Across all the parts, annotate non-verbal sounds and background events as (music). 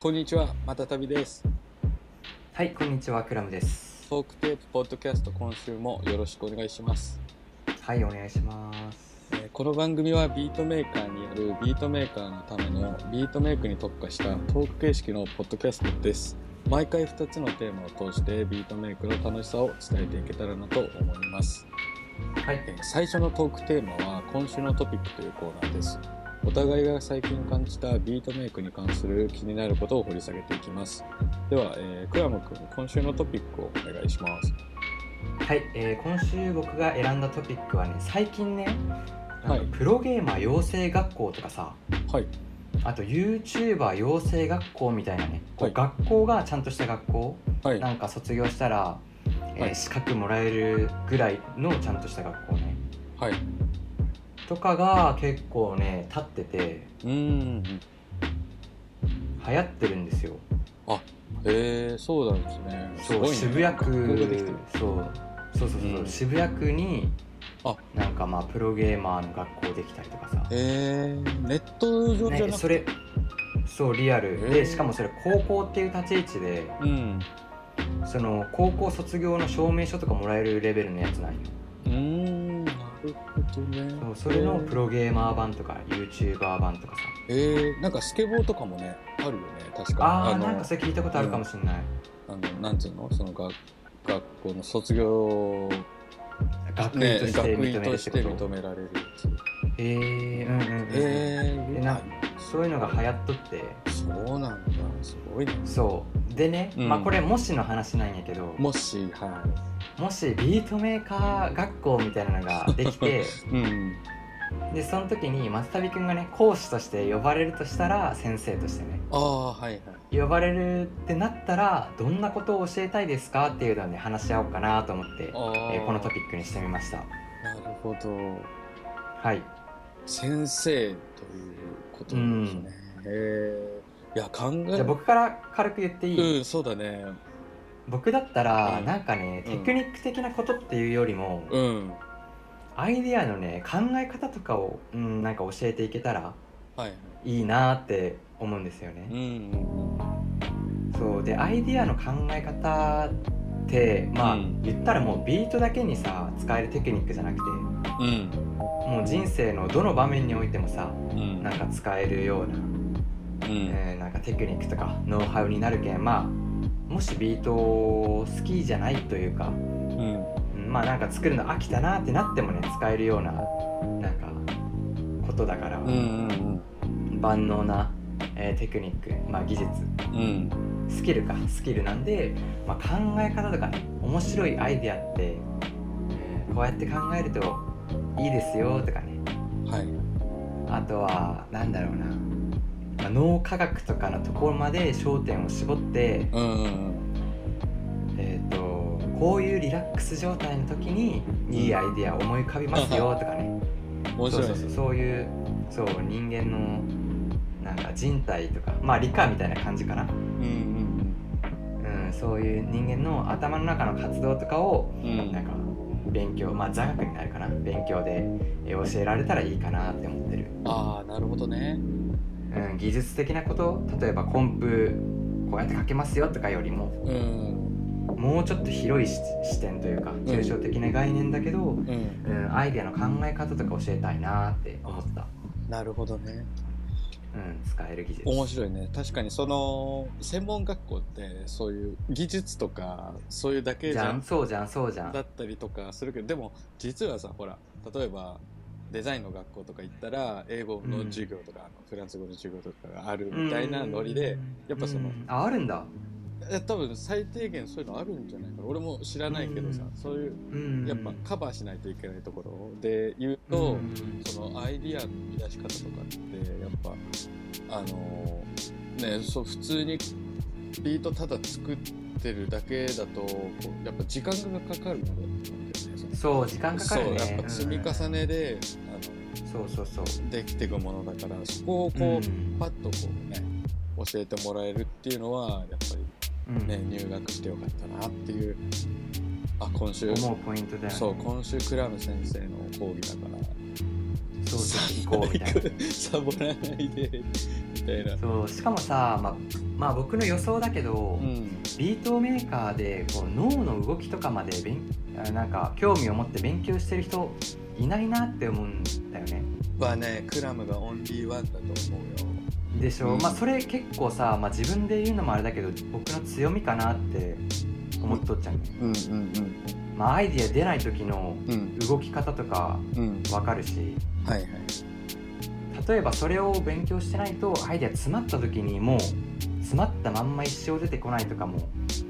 こんにちは、またたびです。はい、こんにちは、クラムです。トークテープポッドキャスト今週もよろしくお願いします。はい、お願いしますえ。ーこの番組はビートメーカーによるビートメーカーのためのビートメイクに特化したトーク形式のポッドキャストです。毎回2つのテーマを通してビートメイクの楽しさを伝えていけたらなと思います。はい、えー最初のトークテーマは今週のトピックというコーナーですお互いが最近感じたビートメイクに関する気になることを掘り下げていきますでは、えー、倉間くん今週のトピックをお願いしますはい、えー今週僕が選んだトピックはね、最近ね、なんかはいプロゲーマー養成学校とかさ、はいあと YouTuber 養成学校みたいなね、こうはい学校がちゃんとした学校、はいなんか卒業したら、えーはい資格もらえるぐらいのちゃんとした学校ね、はいとかが結構ね、立ってて、うーん流行ってるんですよ。へえー、そうなんですねすそう、ごいね渋谷区学校ができてるそうそうそうそうそう、うん渋谷区にあなんかまあプロゲーマーの学校できたりとかさ、えー、ネット上じゃね、なくて、それそうリアルへーでしかもそれ高校っていう立ち位置でうんその高校卒業の証明書とかもらえるレベルのやつなんようーんなるほどねそうそれのプロゲーマー版とか YouTuber 版とかさえー、なんかスケボーとかもねあるよね確かあーのなんかそれ聞いたことあるかもしれない、あのなんつうのその学学校の卒業学ね院として学認院めるとっしててこ認とめられるへえうんうん、うんえでー、なそういうのが流行っとってそうなんだすごいねそうでね、うんまあこれもしの話なんやけどもしはもしビートメーカー学校みたいなのがで (laughs) きていうんでその時に松旅くんがね講師として呼ばれるとしたら先生としてねああはいはい呼ばれるってなったらどんなことを教えたいですかっていうのをね話し合おうかなと思って、ああ、えーこのトなるピックにしてみましたほどはい先生ということですね、へえいや考えじゃあ僕から軽く言っていい、うんそうだね僕だったらうんなんかね、うんテクニック的なことっていうよりも、うんアイデアのね考え方とかを、うん、なんか教えていけたらはいはいいいなって思うんですよね、うんうんそうでアイディアの考え方ってまあ、うん言ったらもうビートだけにさ使えるテクニックじゃなくてうんもう人生のどの場面においてもさうんなんか使えるような,、うんえーなんかテクニックとかノウハウになるけんまあもしビート好きじゃないというかうんうんまあなんか作るの飽きたなってなってもね使えるようななんかことだから、うんうん万能な、えーテクニック、まあ、技術うんスキルかスキルなんで、まあ、考え方とかね面白いアイデアって、えーこうやって考えるといいですよとかねうんはいあとはなんだろうな、まあ、脳科学とかのところまで焦点を絞って、うんうんえー、とこういうリラックス状態の時にいいアイデア思い浮かびますよとかねうん面そ白ういそうそうそういうそう人間のなんか人体とかまあ理科みたいな感じかな、うんうん、そういう人間の頭の中の活動とかをうんうんうんなんか勉強まあ座学になるかな勉強でえー教えられたらいいかなって思ってる、ああなるほどねうん、技術的なこと例えばコンプこうやって書けますよとかよりもうんもうちょっと広いし視点というか抽象的な概念だけど、うんうんアイデアの考え方とか教えたいなって思った、なるほどねうん、使える技術面白いね確かにその専門学校ってそういう技術とかそういうだけじじゃゃんんそうじゃんそうじゃんだったりとかするけどでも実はさほら例えばデザインの学校とか行ったら英語の授業とか、あのフランス語の授業とかがあるみたいなノリで、やっぱそのうんああるんだえ多分最低限そういうのあるんじゃないかな俺も知らないけどさ、うんそういううんやっぱカバーしないといけないところで言うと、うんそのアイディアの生み出し方とかってやっぱあのねそう普通にビートただ作ってるだけだとこうやっぱ時間がかかるので、そう時間かかるねそうやっぱ積み重ねで、うんそうそうそうあのできていくものだからそこをこう、んパッとこうね教えてもらえるっていうのはやっぱうんりね入学してよかったなっていうあ今週思うポイントだよねそう今週クラム先生の講義だからそうそう聞こうみたいなサボらないでみたいなそうしかもさ、まあ、まあ僕の予想だけど、うんビートメーカーでこう脳の動きとかまで勉あなんか興味を持って勉強してる人いないなって思うんだよねはねクラムがオンリーワンだと思うよでしょ、うんまあそれ結構さ、まあ、自分で言うのもあれだけど僕の強みかなって思っとっちゃうね、うんうんまあ、アイディア出ない時のうんうん動き方とかうんわかるしはいはい例えばそれを勉強してないとアイデア詰まった時にもう詰まったまんま一生出てこないとかも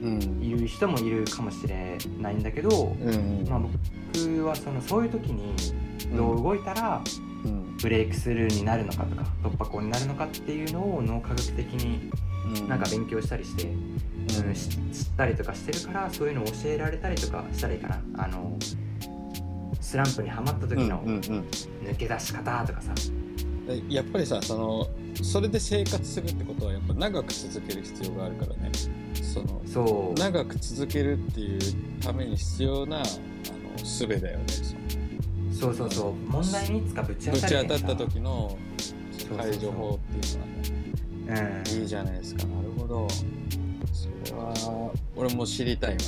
うんいる人もいるかもしれないんだけど、うんまあ、僕はそのそういう時にどう動いたらうんブレイクスルーになるのかとか突破口になるのかっていうのを脳科学的にうんなんか勉強したりして、うん、し知ったりとかしてるからそういうのを教えられたりとかしたらいいかな。あのスランプにはまった時のうんうんうん抜け出し方とかさ、でやっぱりさそのそれで生活するってことはやっぱ長く続ける必要があるからねそのそう長く続けるっていうために必要なあの術だよねそのそうそうそう問題にいつかぶちぶ当ちた当るたねった時のそうそうそう解除法っていうのはねうんいいじゃないですかなるほどそれは俺も知りたいわ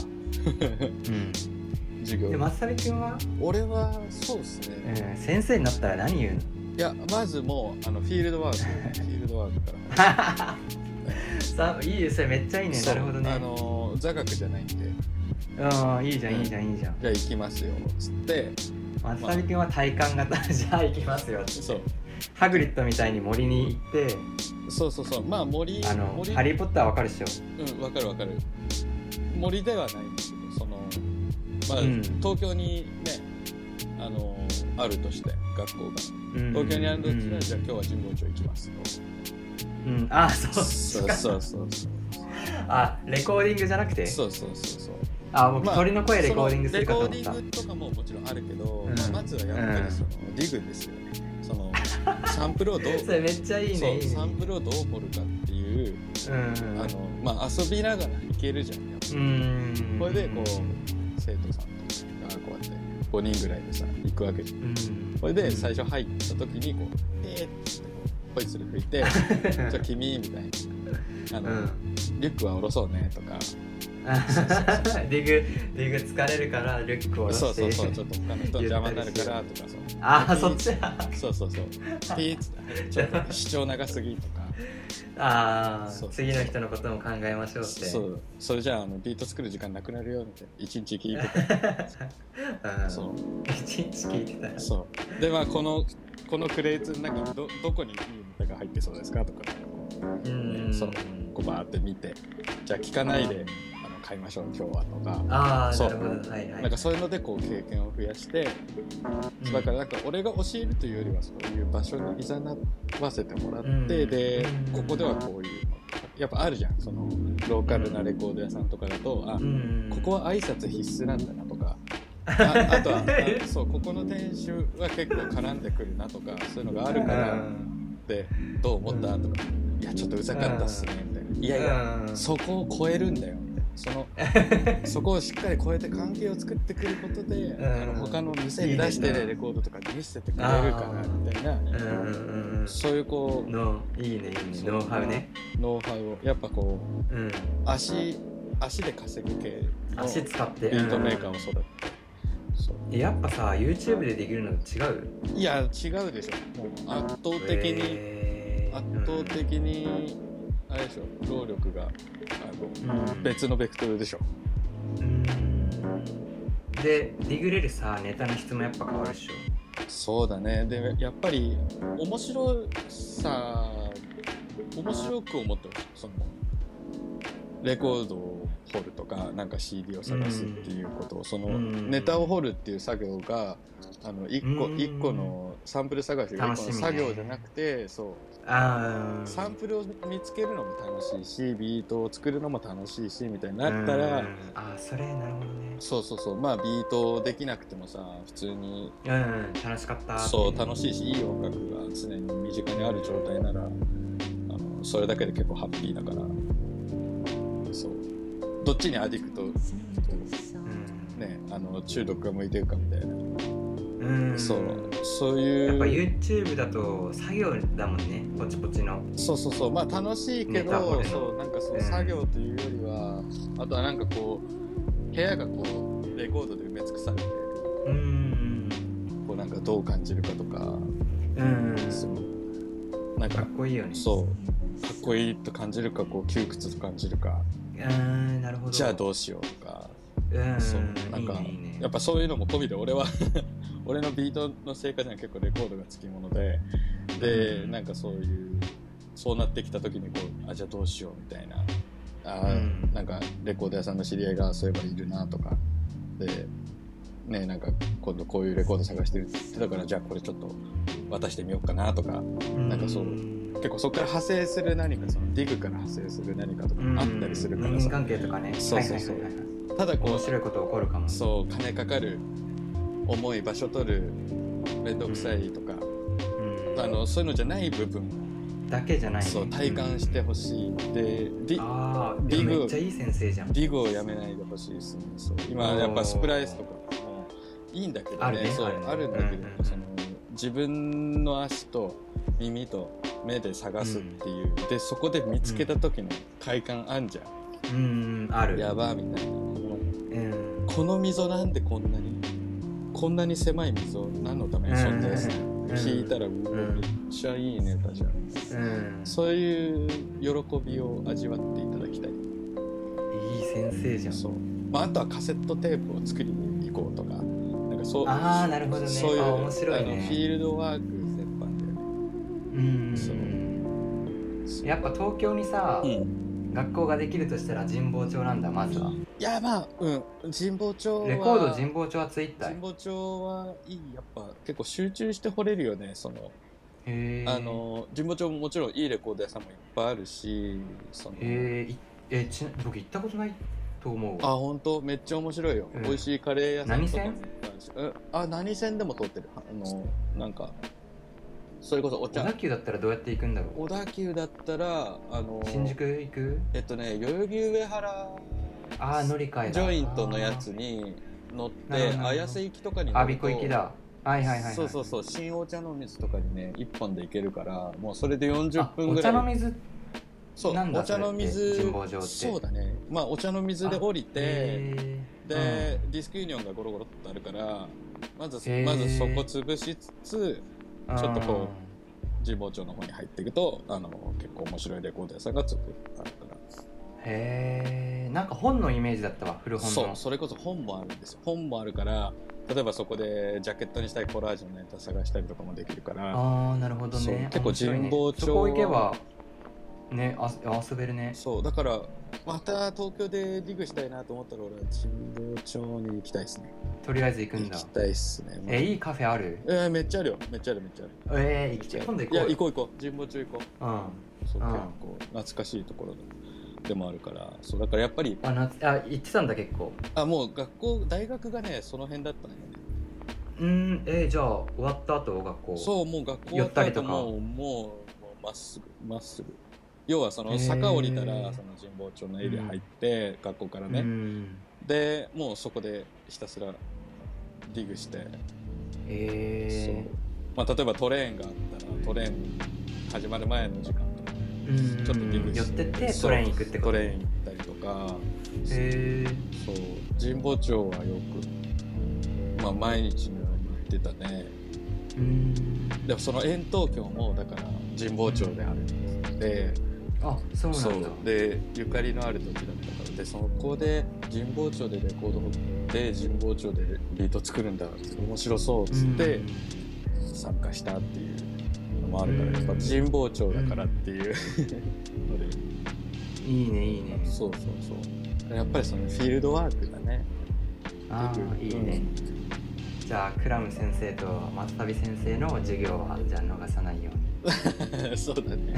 授うん、業で松崎君は、俺はそうですね、うん、先生になったら何言うの (laughs) いやまずもうあのフィールドワークフィールドワークからさいいよそれめっちゃいいねそうなるほどねあの座学じゃないんでうんいいじゃんいいじゃんいいじゃんじゃあ行きますよつって松旅君は体感型 (laughs) じゃあ行きますよそうハグリッドみたいに森に行ってそうそうそうまあ森あの森ハリー・ポッターわかるっしょうんわかるわかる森ではないんですけどそのまあ、うん東京にねあのあるとして学校が東東京にあるとうしんたら、じゃあ今日は神保町行きますうん、うんあそうそうそうそうあレコーディングじゃなくてそうそうそうそうそうあ僕、まあ鳥の声レコーディングすレるかとコ思ーっディたングとかももちろんあるけど、うんまあ、まずはやっぱりその、ディグですよねそのサンプルをどう (laughs) それめっちゃいいそねういいねサンプルをどう掘るかっていう、うんあのまあ、遊びながらいけるじゃんやっぱうんこれでこう生徒さんとかがこうやって5人ぐらいでさ行くわけじゃんうんこれで最初入った時にこう「えー、っつってホイッスル吹い (laughs) て「じゃあ君」みたいな「あうのんリュックは下ろそうね」とかディグディグ疲れるからリュックを下そろうそうしそうてちょっと他の人の邪魔になるからとかそうああそっちだそうそうそうピーッつってちょっと主張長すぎとかああそう次の人のことも考えましょうってそうそれじゃああのビート作る時間なくなるよみたいな一日聞いてうたん、そ一日聞いてたらうそうでまあこのこのフレーズの中にどどこにいいネタが入ってそうですかとかうんそうこうバーって見てじゃあ聞かないであの買いましょう今日はとかああそなうるほどはいはいなんかそういうのでこう経験を増やして、うんだからなんか俺が教えるというよりはそういう場所にいざなわせてもらって、うんでうんここではこういうのやっぱあるじゃんそのローカルなレコード屋さんとかだと、あうんここは挨拶必須なんだなと (laughs) かああとはあそうここの店主は結構絡んでくるなとかそういうのがあるからってどう思ったとか、いやちょっとうざかったっすねみたいな、いやいや、うんそこを超えるんだよみたいなそ (laughs) のそこをしっかり超えて関係を作ってくることで、んあの他の店に出してるレコードとか見せてくれるからあーみたいな、うんうんそういうこうんのいいねいいねそうノウハウねうノウハウをやっぱこううん足足で稼ぐ系の足使ってビートメーカーうをん育てて、そうやっぱさ YouTube でできるのと違ういや違うでしょもう圧倒的に、へー圧倒的にあれでしょ労力があのうん別のベクトルでしょうんでディグレるさネタの質もやっぱ変わるっしょそうだねでやっぱり面白さ面白く思ってほしいそのレコードを掘るとかなんか CD を探すっていうことを、そのうんネタを掘るっていう作業があの1個うん一個のサンプル探しが楽一しみ個ねの作業じゃなくて、そうああサンプルを見つけるのも楽しいしビートを作るのも楽しいしみたいになったら、うんあーそれなるほどねそうそうそうまあビートできなくてもさ普通にうん楽しかったそう楽しいしいい音楽が常に身近にある状態ならあのそれだけで結構ハッピーだからそうどっちにアディクトうんねあの中毒が向いてるかみたいなうんそうそうやっぱいう YouTube だと作業だもんねポチポチのそうそうそうまあ楽しいけネタ掘どれのそうなんかそうのん作業というよりはあとはなんかこう部屋がこうレコードで埋め尽くされてうんこうなんかどう感じるかとかうんそうなんかかっこいいよねそうかっこいいと感じるかこう窮屈と感じるかうんなるほどじゃあどうしようとかうんそうなんかいいねいいねやっぱそういうのも込みで俺は (laughs) 俺のビートの成果には結構レコードがつきものででうんなんかそういうそうなってきた時にこうあじゃあどうしようみたいなあー、うんなんかレコード屋さんの知り合いがそういえばいるなとかでねなんか今度こういうレコード探してるって言ってたからじゃあこれちょっと渡してみようかなとかなんかそう結構そこから派生する何かそのディグから派生する何かとかうんあったりするから人間さ関係とかねそうそうそうはいはいはいはいただこ面う白いこと起こるかもそう金かかる重い場所取る面倒くさいとか、うんあのそういうのじゃない部分だけじゃないねそう体感してほしいでディああリーグめっちゃいい先生じゃんディグをやめないでほしいですねそう今おーやっぱスプライスとかもいいんだけどねあるねそうあるねあるんだけど、うんうんうんその自分の足と耳と目で探すっていう、でそこで見つけた時の快感あんじゃん、うんあるやばーみたいなうんこの溝なんでこんなにこんなに狭い溝何のために存在するうん聞いたらうわんめっちゃいいネタじゃんうんそういう喜びを味わっていただきたいいい先生じゃんそう、まあ、あとはカセットテープを作りに行こうとかなんかそうああなるほどねそういうあー面白いあのねフィールドワーク全般だよねうんそううんやっぱ東京にさ、うん、学校ができるとしたら神保町なんだまずはいやまあうん神保町はレコード神保町はツイッター神保町はいいやっぱ結構集中して掘れるよねそのへーあの神保町ももちろんいいレコード屋さんもいっぱいあるしそのへーいえちな僕行ったことないと思あう本当めっちゃ面白いよ、うん美味しいカレー屋さんとか何もいっぱいあるしうんあ何線でも通ってるあのなんかそれこそお小茶田急だったらどうやって行くんだろ小田急だったらあのう新宿行くえっとね代々木上原ああ乗り換えだジョイントのやつに乗っなるてほどなるほど綾瀬行きとかにあ乗阿る鼻と子行きだはいはいはい、はい、そうそうそう新お茶の水とかにね1本で行けるからもうそれで40あ分おぐらい茶の水そうなんだお茶のそれって水神保町ってそうだねまあお茶の水で降りてへーで、ディスクユニオンがゴロゴロっとあるからまずへーまずそこ潰しつつうんちょっとこ神保町の方に入っていくとあの結構面白いレコード屋さんがつくあるからへえんか本のイメージだったわ古本のそうそれこそ本もあるんですよ本もあるから例えばそこでジャケットにしたいコラージュのネタ探したりとかもできるからああなるほどそうね結構面白いね神保町はそこ行けばねあ遊べるねそうだからまた東京でディグしたいなと思ったら俺は神保町に行きたいですねとりあえず行くん行だきたいっすねえいいカフェあるえーめっちゃあるよめっちゃあるめっちゃあるえー、めっ行きちたゃあいる今度行いやこう行こう行こう神保町行こううんそううん結構懐かしいところでもあるからそうだからやっぱりあなあ行ってたんだ結構あもう学校大学がねその辺だったんだよねうんえー、じゃあ終わった後学校そうもう学校終寄わっったたり後とかもうもうもうまっすぐまっすぐ要はそへのー坂降りたらその神保町のエリア入って、学校からね、んでもうそこでひたすらディグして、えそうまあ、例えばトレーンがあったらトレーン始まる前の時間とかー、うんちょっとビビ寄ってってそうトレイン行くってことトレーン行ったりとかへそう神保町はよく、まあ、毎日のように行ってたねー、うんでもその円東京もだから神保町であるんですであそうそなんうだでゆかりのある土地だったからでそこで神保町でレコードで神保町でビート作るんだ面白そうっつって参加したっていうのもあるからやっぱ神保町だからっていう (laughs) のでうんいいねいいねそうそうそうやっぱりそのフィールドワークだねああうんいいねじゃあクラム先生と松旅先生の授業はじゃあ逃さないように (laughs) (laughs) そうだね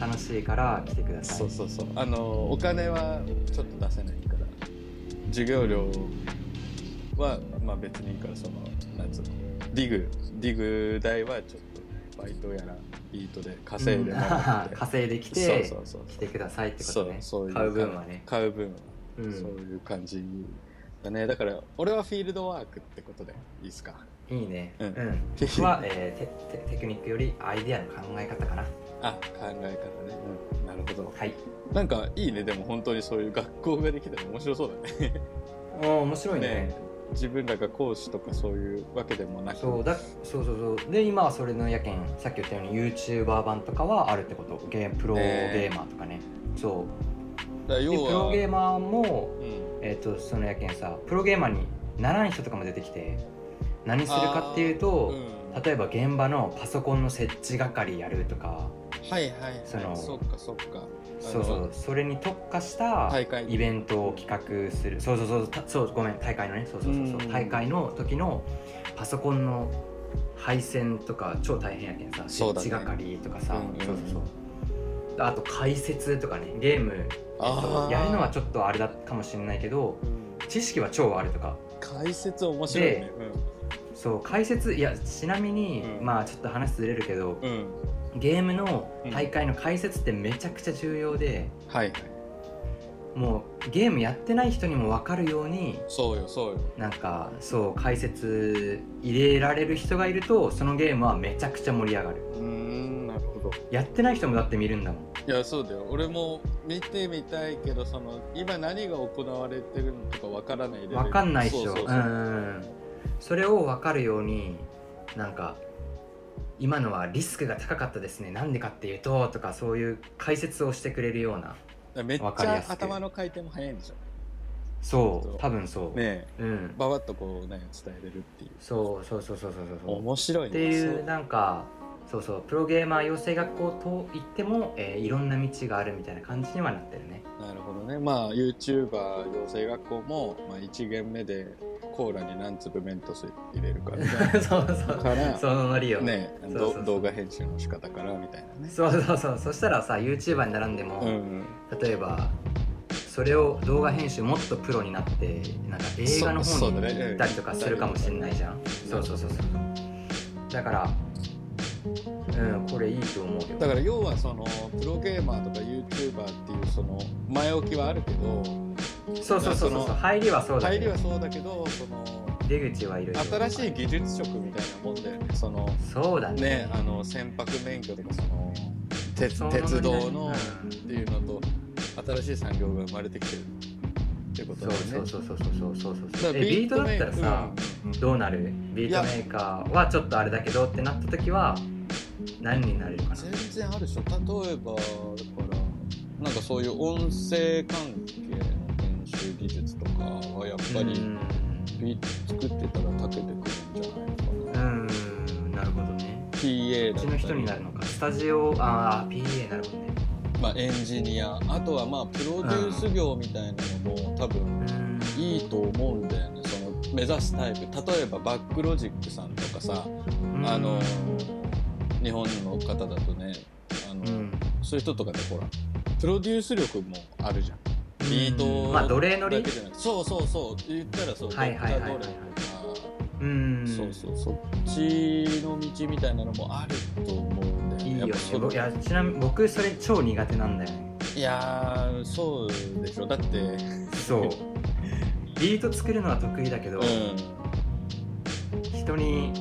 楽しいから来てくださいそうそうそうあのお金はちょっと出せないから授業料は、まあ、別にいいからそのなんつうのディグディグ代はちょっとバイトやらビートで稼いでもらっうてん (laughs) 稼いできてそうそうそう来てくださいってこそとうねそういう買う分はね、買う分は、う、そうんいう感じだねだから俺はフィールドワークってことでいいですかいいね。うんうん。ぜ僕ひは、えーテテ (laughs) テクニックよりアイデアの考え方かな。あ考え方ね、うん、なるほどはい。なんかいいねでも本当にそういう学校ができたら面白そうだねああ面白いねね自分らが講師とかそういうわけでもなくそうだそうそうそうで今はそれのやけんさっき言ったように YouTuber 版とかはあるってことゲームプロゲーマーとかね、そうだからで要プロはゲーマーもうんえっ、とそのやけんさプロゲーマーにならん人とかも出てきて何するかっていうと、うん例えば現場のパソコンの設置係やるとかはいはいはいそのそっかそっかそうそうそれに特化した大会イベントを企画するそうそうそうたそうごめん大会のねそうそうそうそううん大会の時のパソコンの配線とか超大変やけんさそうだね設置係とかさうんうんそうそうそうあと解説とかねゲームあーやるのはちょっとあれだかもしれないけどうん知識は超あるとか解説面白いねそう解説いやちなみに、うんまあちょっと話ずれるけどうん、うん、ゲームの大会の解説ってめちゃくちゃ重要で、はいはいもうゲームやってない人にも分かるようにそうよそうよなんかそう解説入れられる人がいるとそのゲームはめちゃくちゃ盛り上がるうーんなるほどやってない人もだって見るんだもんいやそうだよ俺も見てみたいけどその今何が行われてるのとかわからないレベル分かんないっしょそうそううそうんそれを分かるようになんか今のはリスクが高かったですねなんでかっていうととかそういう解説をしてくれるようなめっわかちりやゃすく頭の回転も早いんでしょそう多分そう、ねうんえ、ばばっとこうね伝えれるっていうそうそうそうそうそうそうそう面白いっねていうそなんかそうそうプロゲーマー養成学校と言っても、えーいろんな道があるみたいな感じにはなってるねうなるほどねまあ YouTuber 養成学校も、まあ、1限目でコーラに何粒メントス入れるかみたい (laughs) そう (laughs) そうなからそのノリよ、ねそうそうそどう動画編集の仕方からみたいなねそうそうそうそしたらさ YouTuber に並んでも、うん例えばそれを動画編集もっとプロになってなんか映画のそ方うそにうだね行ったりとかするかもしれないじゃんそうそうそうそうだからうんこれいいと思うよだから要はそのプロゲーマーとか YouTuber っていうその前置きはあるけどそうそうそうそそうの入りはそうだ入けりどはそうだけどその出口はいろいろ新しい技術職みたいなもんだよねそのそうだねねあの船舶免許とかその鉄そう鉄道のっうんていうのと新しい産業が生まれてきてるってこそとうだよねそうそうそうそうそうそうだそかうらえビートだったらメイさ、うんどうなるビートメーカーはちょっとあれだけどってなった時は何になれるかな全然あるでしょ例えばだからなんかそういう音声関係の編集技術とかはやっぱりビート作ってたら長けてくるんじゃないのうかな、んうんなるほどね PA うだったちのり人になるのかスタジオああ PA なるほどねまあ、エンジニアあとはまあプロデュース業みたいなのも多分うんいいと思うんだよねその目指すタイプ例えばバックロジックさんとかさ、うんあの日本の方だとねあの、うんそういう人とかでほらプロデュース力もあるじゃんビートまあ奴隷乗だりけじゃなくてそうそうそう言ったらそうはいはいはいはいドクター奴隷とかうんそうそうそっちの道みたいなのもあると思うんだよねいいよやねっぱそのぼいやちなみに僕それ超苦手なんだよねいやーそうでしょだってうん (laughs) そうビート作るのは得意だけど、人に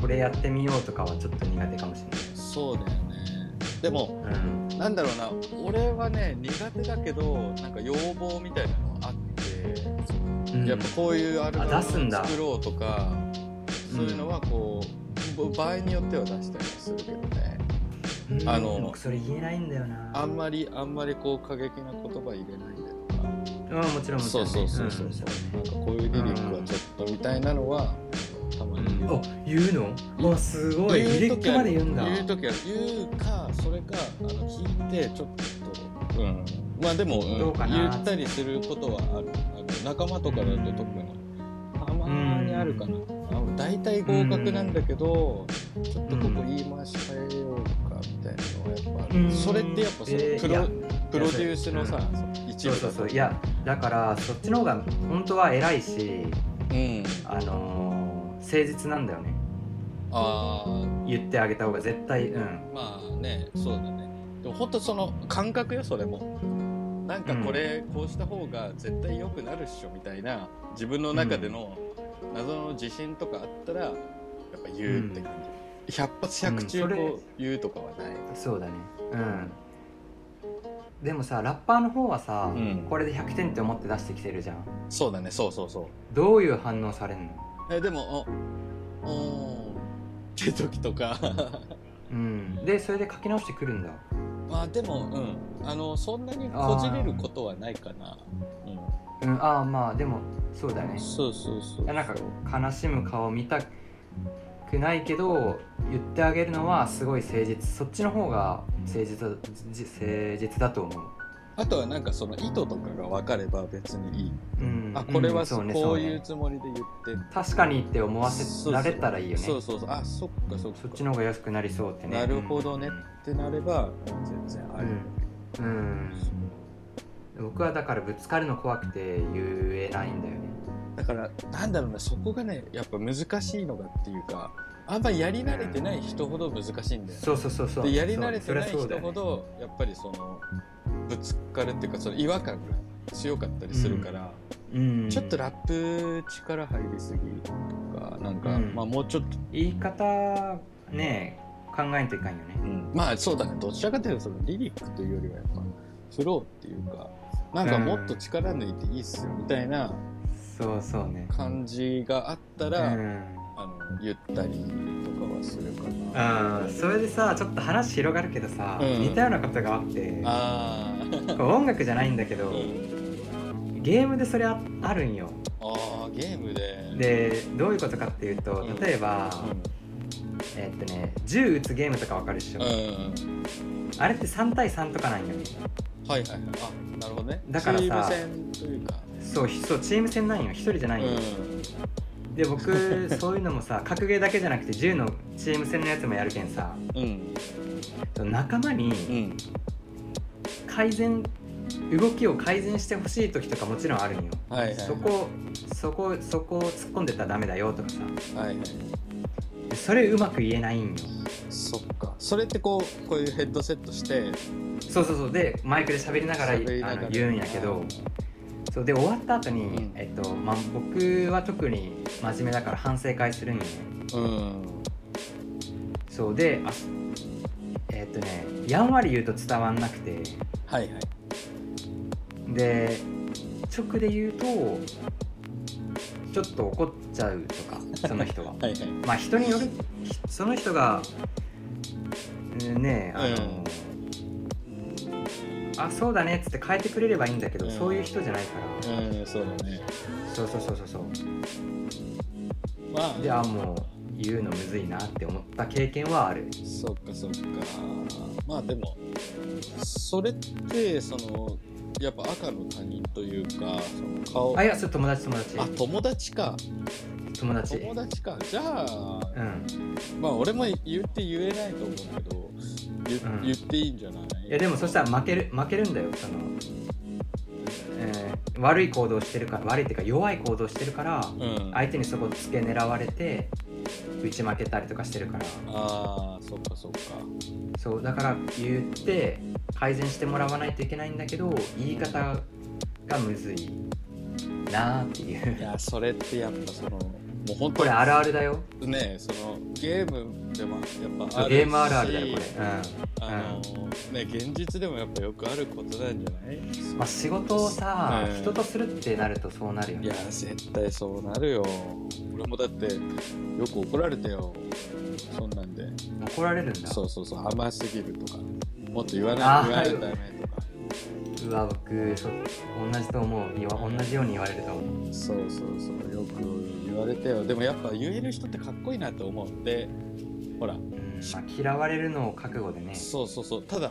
これやってみようとかはちょっと苦手かもしそうだよねでもれない、うん、なんだろうな俺はね苦手だけどなんか要望みたいなのはあって、うんやっぱこういうアルバムあ出すんだを作ろうとかそういうのはこう、場合によっては出したりするけどねうんあの僕それ言えないんだよなあんまりあんまりこう過激な言葉入れないでとかうんもちろんもちろんそうそうそうそう、んなんかこういうリリックはちょっとみたいなのはたまに言う、あ言うのあすごい言う履時歴あまるで言うんだ言う時は言うかそれかあの聞いてちょっとうんまあでも、うんどうかな言ったりすることはあるあの仲間とかだと特にたまにあるかな、あの大体合格なんだけど、ちょっとここ言い回し変えようかみたいなのはやっぱある、うんそれってやっぱそのえープいロやプロデュースのさ、一そう部だとそうそういやだからそっちの方が本当は偉いしうんあのー誠実なんだよねああ言ってあげた方が絶対うんまあねそうだねでも本当その感覚よそれもなんかこれこうした方が絶対良くなるっしょみたいな自分の中での謎の自信とかあったらやっぱ言うって感じ、百発百中うんそれこう言うとかはない、そうだねうんでもさラッパーの方はさ、うんこれで100点って思って出してきてるじゃんそうだねそうそうそうどういう反応されんのえでも「おおー」って時とか (laughs) うんでそれで書き直してくるんだまあでもうんあのそんなにこじれることはないかなううんああまあでもそうだねん、そうそうそういやなんか悲しむ顔見たくないけど言ってあげるのはすごい誠実そっちの方が誠実だじ誠実だと思う、あとはなんかその意図とかが分かれば別にいい、うん、あこれはんそねこうそいううねつもりで言って確かにって思わせられたらいいよねそうそうそうあそっかそっかそっちの方が安くなりそうってねなるほどねうんってなればうん全然あり、うん、うん僕はだからぶつかるの怖くて言えないんだよねだからなんだろうねそこがねやっぱ難しいのがっていうかあんまやり慣れてない人ほど難しいんだよねそうそうそうそうでやり慣れてそりなゃいそうだ人よねほどやっぱりそのぶつかるっていうかその違和感が強かったりするから、うんちょっとラップ力入りすぎとかなんか、うんまあもうちょっと、言い方ね考えんといかんよねまあそうだねどちらかというとそのリリックというよりはやっぱフローっていうかなんかもっと力抜いていいっすよみたいなそうそうね感じがあったうら、んあの言ったりとかはするかな。あーそれでさちょっと話広がるけどさ、うん似たようなことがあってあーこれ音楽じゃないんだけどゲームでそれああるんよあーゲームで。でどういうことかっていうとうん例えば、えーっとね銃撃つゲームとかわかるでしょ、うん、うんあれって3対3とかなんよはいはいはい。あ、なるほどね。だからさチーム戦というか。そうひそうチーム戦なんよ1人じゃないんよ、うで僕そういうのもさ格ゲーだけじゃなくて銃のチーム戦のやつもやるけんさん。うん。仲間うにん。改善動きを改善してほしい時とかもちろんあるんよはいはい。そ。こそこそこを突っ込んでたらダメだよとかさはいはい。でそれうまく言えないんよそっか。それってこう、こういうヘッドセットして。そうそうそうでマイクで喋りながら喋りながらあの言うんやけどそうで終わった後に、うんえっとまあ、僕は特に真面目だから反省会するんよねうん。そうであえっとねやんわり言うと伝わんなくてはいはい。で直で言うとちょっと怒っちゃうと (laughs) かその人ははいはい。まあ人によるひその人がうんねあの、あそうだねっつって変えてくれればいいんだけど、うんそういう人じゃないから、うん、そうだね。そうそうそうそうそうまあ。であもう言うのむずいなって思った経験はあるそっかそっかまあでもそれってそのやっぱ赤の他人というかその顔あいやそれ友達友達あ友達か友達友達かじゃあうんまあ俺も言って言えないと思うけど言,、うん言っていいんじゃないいやでもそしたら負ける負けるんだよその、えー悪い行動してるから悪いっていうか弱い行動してるからうん相手にそこつけ狙われて打ち負けたりとかしてるからあーそっかそっかそうだから言って改善してもらわないといけないんだけど言い方がむずいなーっていいうやそれってやっぱそのもう本こ当れあるあるだよにねそのゲームでもやっぱあるしゲームあるあるだよこれ、あの、ね現実でもやっぱよくあることなんじゃないうんまあ、仕事をさ、うん人とするってなるとそうなるよいやね絶対そうなるよ俺もだってよく怒られたよそんなんで怒られるんだそうそうそう甘すぎるとかもっと言わなあーい言われたらダメとかうわ僕そ同じと思ういわ同じように言われると思うそうそうそうよく言われたよでもやっぱ言える人ってかっこいいなと思ってほらうんまあ、嫌われるのを覚悟でね、そうそうそうただ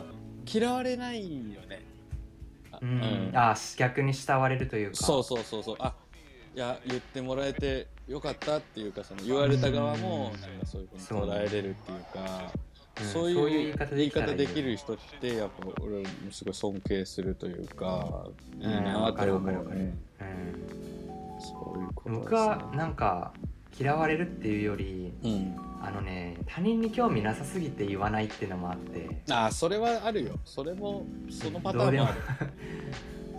嫌われないよねあうんあ逆に慕われるというかそうそうそうそうあいや言ってもらえてよかったっていうかその言われた側もなんかそういうふうに捉えれるっていうかうんそういう言言いい方方でできたらいいよきる人ってやっぱ俺もすごい尊敬するというか、んいいなと思うわかるわかるわかねうんそういうことですね僕はなんか嫌われるっていうよりうん、あのね他人に興味なさすぎて言わないっていうのもあってあそれはあるよそれもそのパターンもある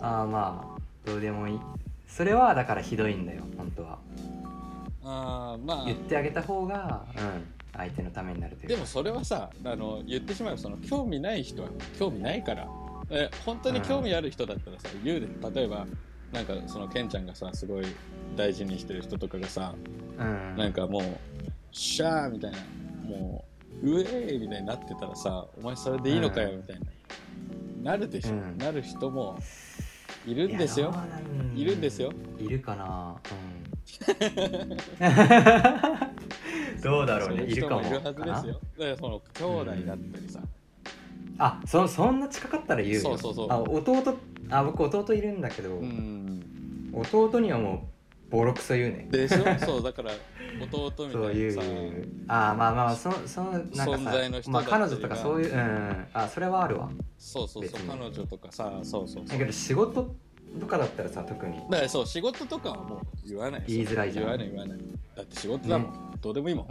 (laughs) ああまあどうでもいいそれはだからひどいんだよ本当はあーま言っあてあげた方が、うん、相手のためになるというかでもそれはさあの言ってしまえばその興味ない人は興味ないからえ本当に興味ある人だったらさ言うで例えばなんかそのケンちゃんがさすごい大事にしてる人とかがさうん、なんかもう「シャー」みたいなもう「ウェーイ!」みたいになってたらさ「お前それでいいのかよ」みたいななるでしょ、うんなる人もいるんですよいやどうなんいるんですよいるかなうんどうだろうねそういる人かももいるはずかでなすよだからその兄弟だったりさ、あそそんな近かったら言うよそうそうそうあ弟あ僕弟いるんだけど、うん、弟にはもうボロクソ言うねでしょそうだから弟みそうたいいうなさあーまあまあまあそそのなんかさ存在の人まあ、だったり彼が女とかそういううんあそれはあるわそうそうそう別に彼女とかさそうそうそだうけど仕事とかだったらさ特にだからそう仕事とかはもう言わない言いづらいじゃん言わない言わないだって仕事だもん、どうでもいいもん、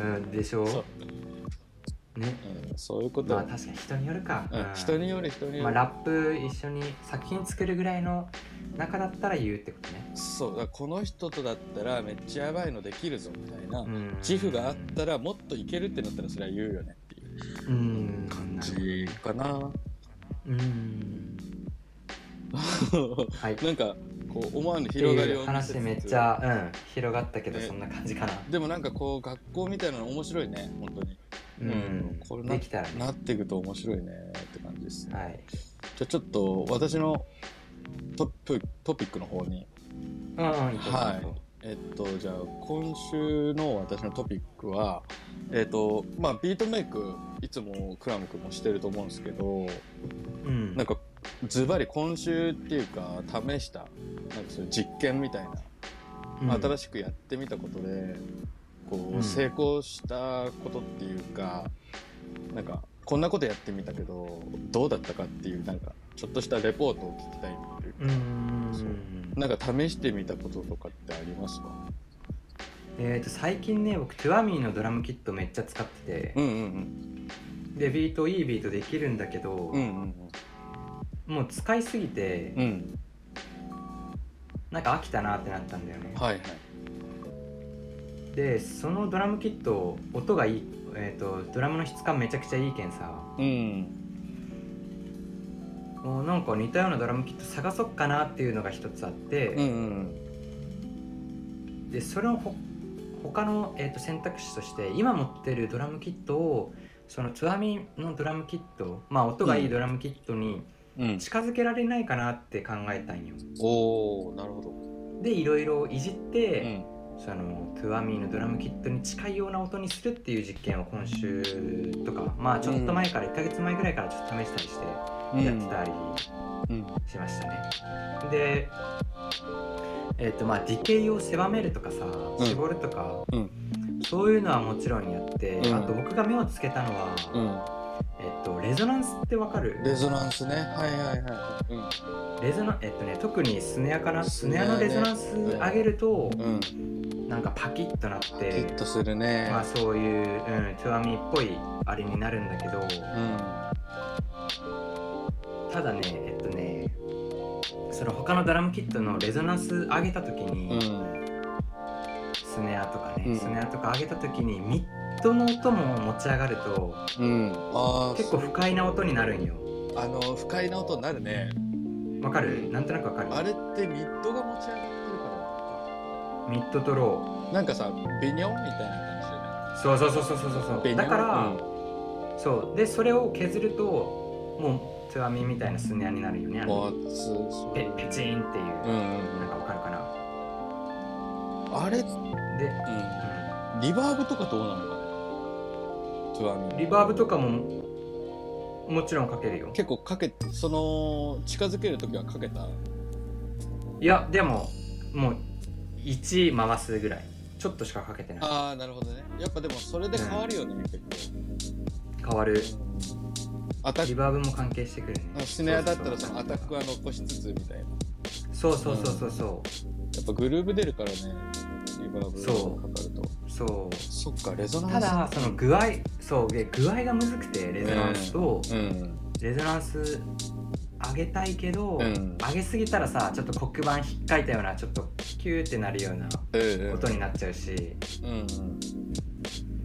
うんでしょそうねうん、そういうこと、まあ確かに人によるか、うん、人による人による、まあ、ラップ一緒に作品作るぐらいの中だったら言うってことね、そうだからこの人とだったらめっちゃやばいのできるぞみたいな、うん、自負があったらもっといけるってなったらそれは言うよねっていううん感じかなうんはい (laughs) なんかこう思わぬ広がりっていをう見話せつつめっちゃ、うん、広がったけどねそんな感じかな、でもなんかこう学校みたいなの面白いね本当にうんこれなできたらねなっていくと面白いねって感じですねはいじゃあちょっと私のトップトピックの方にうんうんいいと思うえっとじゃあ今週の私のトピックはえっとまあビートメイクいつもクラム君もしてると思うんですけどうんなんかズバリ今週っていうか試したなんかそういう実験みたいな新ししくやってみたことでこうんう成功したことっていうか、なんかこんなことやってみたけどどうだったかっていうなんかちょっとしたレポートを聞きたいっていううんうんそうなんか試してみたこととかってありますかえー、と最近ね僕トゥアミーのドラムキットめっちゃ使ってて、うんうんでビートいいビートできるんだけど、うんうんもう使いすぎて、うんうんなんか飽きたなってなったんだよね、はいはいでそのドラムキット音がいい、えー、とドラムの質感めちゃくちゃいいけんさうんもうなんか似たようなドラムキット探そっかなっていうのが一つあって、うんうんでそれをほ他の、えー、と選択肢として今持ってるドラムキットをそのツアミのドラムキットまあ音がいいドラムキットにうん近づけられないかなって考えたんよおおなるほどでいろいろいじっうて、んそのトゥアミーのドラムキットに近いような音にするっていう実験を今週とかまあちょっと前から1ヶ月前ぐらいからちょっと試したりしてうんやってたりうんしましたね、でえっ、とまあディケイを狭めるとかさん絞るとか、うそういうのはもちろんやって、うんあと僕が目をつけたのは、うえっとレゾナンスってわかるんレゾナンスねはいはいはいうんレゾナえっとね特にスネアかなススネネアアねのレゾナンス上げると、うんヒなんかパキッとなって、ットするねまあそういう、うん、トゥアミっぽいあれになるんだけどうただねえっとねその他のドラムキットのレゾナンス上げた時に、んうんスネアとかね、うんスネアとか上げた時にミッドの音も持ち上がるとうん、あ結構不快な音になるんよああの不快な音になるねわかるなんとなくわかるあれってミッドが持ち上がってるかミッドとロらなんかさビニョンみたいなーそうそうそうそうそうそう感じでねだから、うんそうでそれを削るともうツアミみたいなスネアになるよねあのあつそうペペチーンっていう、うんうんうなんんかわかるかなあれ、うで、ん、うんリバーブとかどうなのかねツアミリバーブとかももちろんかけるよ結構かけその近づけるときはかけたいやでももう1回すぐらいちょっとしかかけてないああなるほどねやっぱでもそれで変わるよね、結構変わるアタリッバーブも関係してくるねクスネアだったらそのそうアタックは残しつつみたいなそうそうそうそうそやっぱグルーブ出るからねリバーブそうかかるとうそうそっかレゾナンスただその具合そうで具合がむずくてレゾナンスとうんレゾナンス上げたいけど、うん上げすぎたらさちょっと黒板ひっかいたようなちょっとキューってなるようなうんことになっちゃうし、うん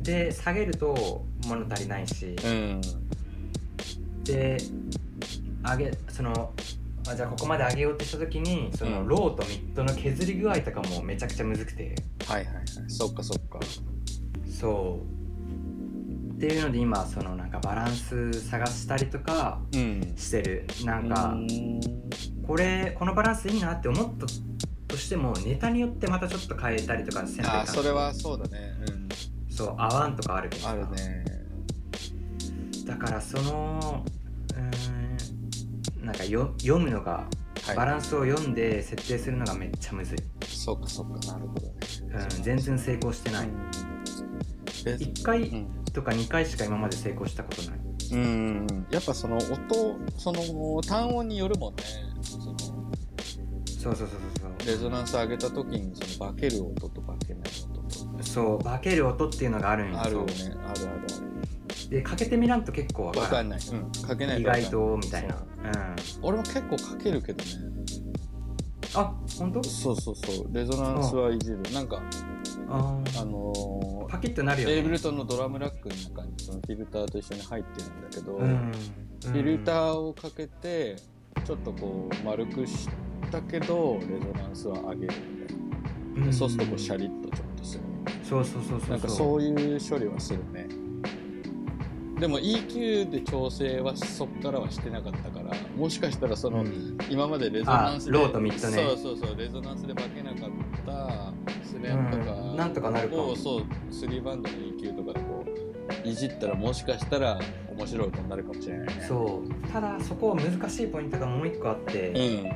で下げると物足りないし、うんで上げそのあじゃあここまで上げようとした時にその、うんローとミッドの削り具合とかもめちゃくちゃむずくてはいはいはいそっかそっかそうっていうので今そのなんかバランス探したりとかうんしてるなんうかんこれこのバランスいいなって思ったとしてもネタによってまたちょっと変えたりとかせないあかーそれはそうだねうんそう合わんとかあるけどさあるねだからそのうーんなんかよ読むのがはいバランスを読んで設定するのがめっちゃむずい、そっかそっかなるほどねうん、全然成功してないえ1う回んとか2回しか今まで成功したことないうんやっぱその音その単音によるもんねそのそうそうそうそうレゾナンス上げた時にその化ける音と化けない音とそうそう化ける音っていうのがあるんよあるよねそあるあうでかけてみらんと結構わるわかかるんない、うん、かけない意とわかんな外いとみたいなそうう俺んも結構かけるけどねあ本当そうそうそうレゾナンスはいじるなんかああーのーパキッとなるよねエイブルトンのドラムラックの中にそのフィルターと一緒に入ってるんだけど、うんフィルターーをかけてちょっとこう丸くしたけどレゾナンスは上げるみたいな、そうするとこうシャリッとちょっとするみたいそうそうそうそなうなんかそういう処理はするねでも EQ で調整はそっからはしてなかったからもしかしたらその、うん今までレゾナンスであローとミッドねそうそうそうレゾナンスで化けなかったスレンとか、うんなんとかなるかをそう3バンドの EQ とかでこういじったらもしかしたら面白い音になるかもしれないねそうただそこ難しいポイントがもう一個あって、うん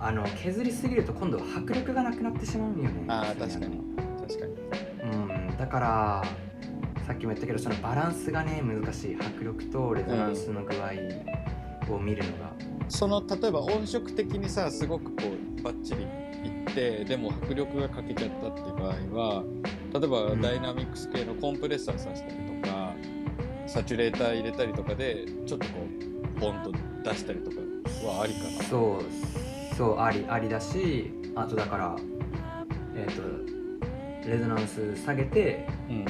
あの削りすぎると今度は迫力がなくなってしまうんよねああ確かに確かにうんだからさっきも言ったけどそのバランスがね難しい迫力とレゾナンスの具合を見るのが、その例えば音色的にさすごくこうバッチリいってでも迫力が欠けちゃったっていう場合は例えばうんダイナミックス系のコンプレッサーさしたりとか、サチュレーター入れたりとかでちょっとこうボンと出したりとかはありかなそうそうありありだしあとだからえっ、とレゾナンス下げてうん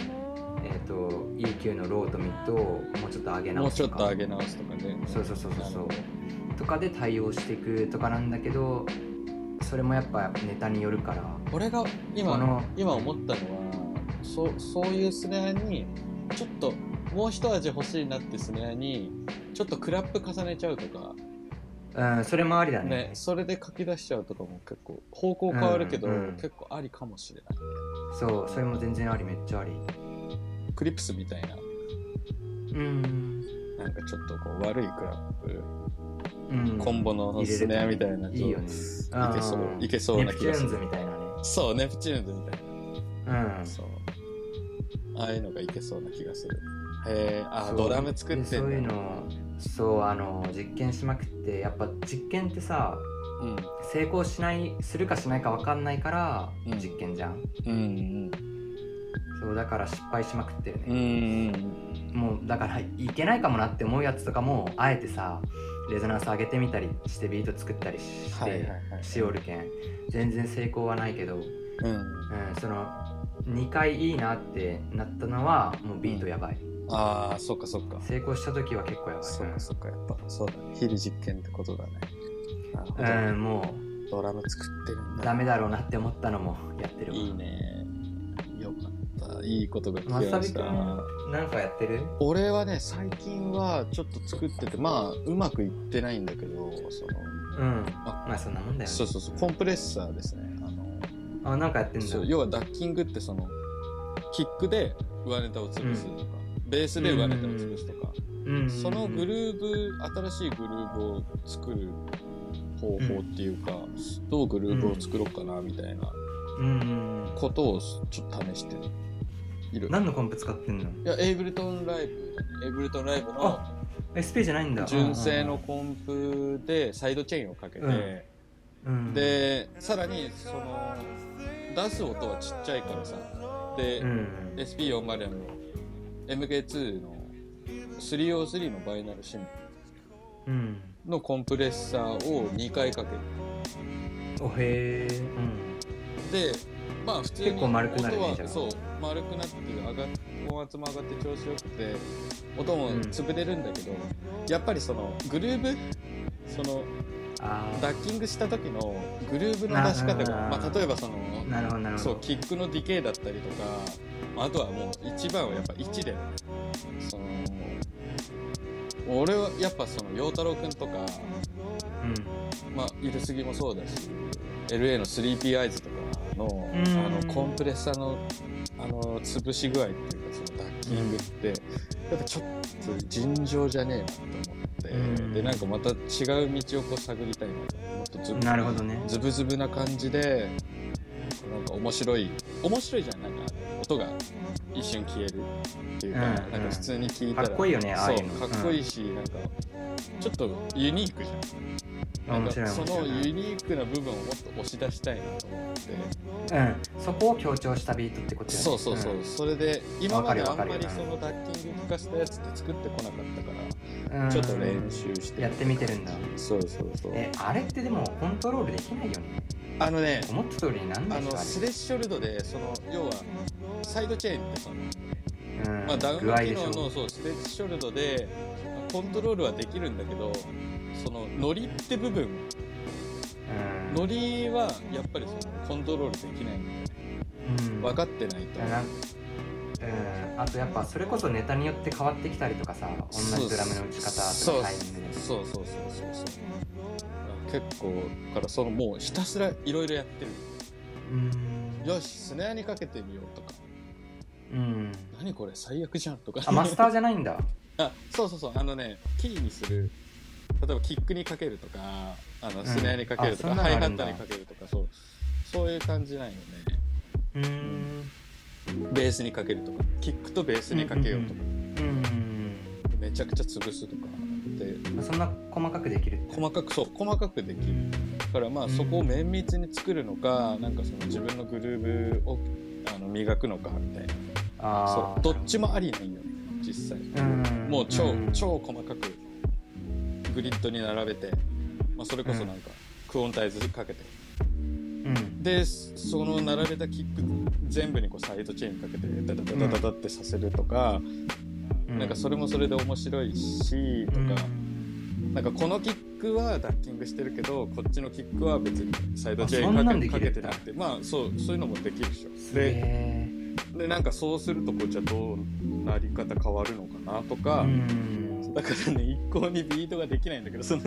えっ、と EQ のローとミッドをもうちょっと上げも直うすちょとっかと上げ直すとかねそうそうそうそうそうなるとかで対応していくとかなんだけどそれもやっぱネタによるからほど俺が今この今思ったのはそそういうスネアにちょっともう一味欲しいなってスネアにちょっとクラップ重ねちゃうとかうんそれもありだねね、それで書き出しちゃうとかも結構方向変わるけど、うんうん結構ありかもしれないそうそれも全然ありめっちゃありクリップスみたいなうんなんかちょっとこう悪いクラップ、うんコンボのスネアみたいな入れれたらいいよねいけそういけそうな気がすネプチューンズるみたいなねそうネプチューンズみたいな、うんそうああいうのがいけそうな気がするへえあそうドラム作っでてそういうんだのそうあの実験しまくってやっぱ実験ってさうん成功しないするかしないか分かんないから、うん実験じゃんうんそうだから失敗しまくってるうんうんうね、んもうだからいけないかもなって思うやつとかもあえてさレゾナンス上げてみたりしてビート作ったりして、はいはいはいしおるけん全然成功はないけど、うん、うんその2回いいなってなったのはもうビートやばい、ああそっかそっか成功した時は結構やばいそっかそっかやっぱそうだね非実験ってことだねなるほどうん、もドラム作ってるんうだダメだろうなって思ったのもやってるわいいねよかったいいことがま聞けさまびしくたんなんかやってる俺はね最近はちょっと作っててまあうまくいってないんだけどそのうんまあそんなもんだよねそうそうそうコンプレッサーですねあのあなんかやってんだそう要はダッキングってそのキックで上ネタを潰すとか、ベースで上ネタを潰すとか、うんそのグルーブ新しいグルーブを作る方法っていうか、どうグルーブを作ろうかなみたいなうんうんことをちょっと試している何のコンプ使ってんのいや、エイブルトンライブだね、エイブルトンライブの SP じゃないんだ純正のコンプでサイドチェーンをかけて、うんで、さらにその出す音はちっちゃいからさ、で、うん SP404 の MK2 の303のバイナルシンうんのコンプレッサーを2回かけるおへえうんでまあ普通に結構丸くなるね音はじゃあそう丸くなってて上がっ音圧も上がって調子よくて音もうん潰れるんだけど、やっぱりそのグルーブそのあダッキングした時のグルーブの出し方があーまあ、例えばそのあなるほどなるほそうどキックのディケイだったりとかまああとはもう一番はやっぱ1でその俺はやっぱその陽太郎くんとかまあ、入れすぎもそうだし LA の 3P アイズとかのうんあのコンプレッサーのあの潰し具合っていうかそのダッキングってやっぱちょっと尋常じゃねえなと思って、うんでなんかまた違う道をこう探りたいなともっとずうんなるほどねズブズブな感じでなんか面白い面白いじゃんなんか音が一瞬消えるっていうか、うんなんか普通に聞いたらかっこいいよねああいうのそうかっこいいし、なんかちょっとユニークじゃんなん面か白いそ面の白いユニークな部分をもっと押し出したいなと思って、うん、そこを強調したビートってことよねそうそうそう、んそれで今まであわんまかるわかるりそのダッキング聞かせたやつって作ってこなかったからうんちょっと練習してやってみてるんだそうそうそうえあれってでもコントロールできないよねあのね思った通りになんなあいでのしスょレッショルドでその要はサイドチェーンってその、あれ、うんまあ、ダウン具合で機し能のょそうスレッショルドでコントロールはできるんだけどそのノリって部分うんノリはやっぱりそのコントロールできないんでうん分かってないとだからうんあとやっぱそれこそネタによって変わってきたりとかさ同じドラムの打ち方そとうかタイミングでそうそうそうそうそう結構だからそのもうひたすらいろいろやってるうんよしスネアにかけてみようとかうん何これ最悪じゃんとかあマスターじゃないんだあ (laughs) そうそうそうあのねキーにする例えばキックにかけるとかあのんスネアにかけるとか、あそんなハのイあハるんッだタにかけるとかそうそういう感じなんよねうんベースにかけるとかキックとベースにかけようとか、うんめちゃくちゃ潰すとかでまあそんな細かくできるって細かくそう細かくできるだからまあそこを綿密に作るのか、なんかその自分のグルーブをあの磨くのかみたいなあそうーどっちもありなんよね実際うんもう超、ん超細かくグリッドに並べて、まあ、それこそなんか、クオンタイズかけてうんでその並べたキック全部にこうサイドチェーンかけてダダダダダダってさせるとか、なんかそれもそれで面白いしとか、うんなんかこのキックはダッキングしてるけどこっちのキックは別にサイドチェあそんなーんンできかるけかけてなくてまあそうそういうのもできるでしょすげでえでなんかそうするとこうじゃあどうなり方変わるのかなとか、うんだからね一向にビートができないんだけどその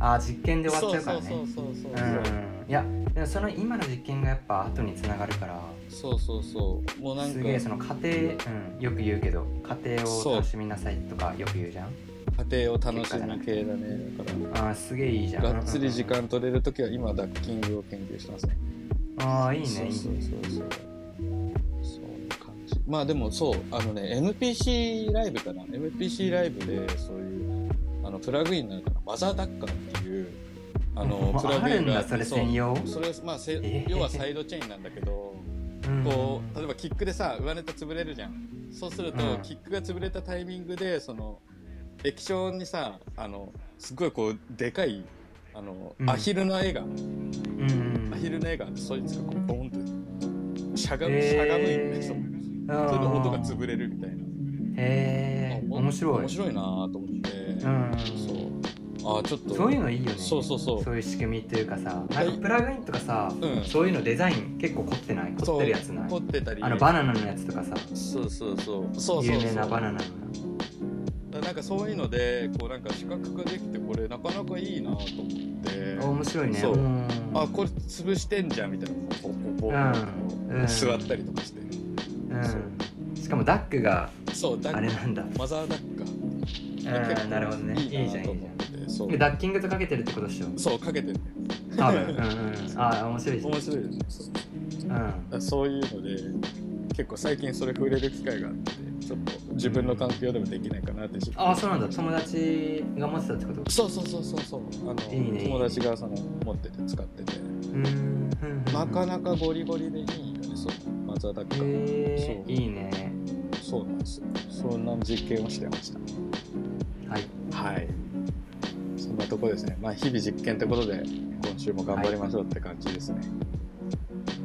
あー実験で終わっちゃうからねそうそうそうそううんいやでもその今の実験がやっぱ後につながるからそうそうそうもうなんすげえそかの家庭、うん、よく言うけど家庭そうを楽しみなさいとかよく言うじゃん家庭を楽しむ系だねだからあーすげえいいじゃんがっつり時間取れる時は今ダッキングを研究してますねああいいねいいねそうそうそうそうそういう感じまあでもそうあのね MPC ライブかな MPC ライブでそういうあのプラグインなのかなマザーダッカーっていうあの (laughs) もうプラグインがあるんだそれ専用そうそれまあせ、えー要はサイドチェーンなんだけどうんこう例えばキックでさ上ネタ潰れるじゃんそうすると、うんキックが潰れたタイミングでその液晶にさあのすごいこうでかいあの、うんアヒルの絵がうんうんアヒルの絵があってそいつがこうボンってしゃがむ、へーしゃがむんですようんそれで音が潰れるみたいなへえあお面白い面白いなと思って、うんそうあちょっとそういうのいいよねそうそうそうそういう仕組みというかさなんかプラグインとかさ、うんそういうのデザイン結構凝ってない凝ってるやつない凝ってたりあのバナナのやつとかさそうそうそうそうそうそう有名なバナナのだからなんかそういうのでこうなんか視覚化できてこれなかなかいいなと思ってあ面白いねそうんあこれ潰してんじゃんみたいなこうこうこううんうん座ったりとかしてうん、しかもダックがそうダあッれクなんだマザーダッカーうんなるほどねいいじゃんいいなじゃと思っんてそうえダッキングとかけてるってことっしょそうかけてる多分うんうんああ面白いじゃん面白いですねうそうんそういうので結構最近それ触れる機会があってちょっと自分の環境でもできないかなってああそうなんだ友達が持ってたってことそうそうそうそうそうあのいいね友達がその持ってて使っててうんうんうんなかなかゴリゴリでいいよねそうマザーダッカーへそうえいいねそうなんですよそんな実験をしてましたはいはいなとこですね。まあ、日々実験ってことで、今週も頑張りましょうって感じですね。は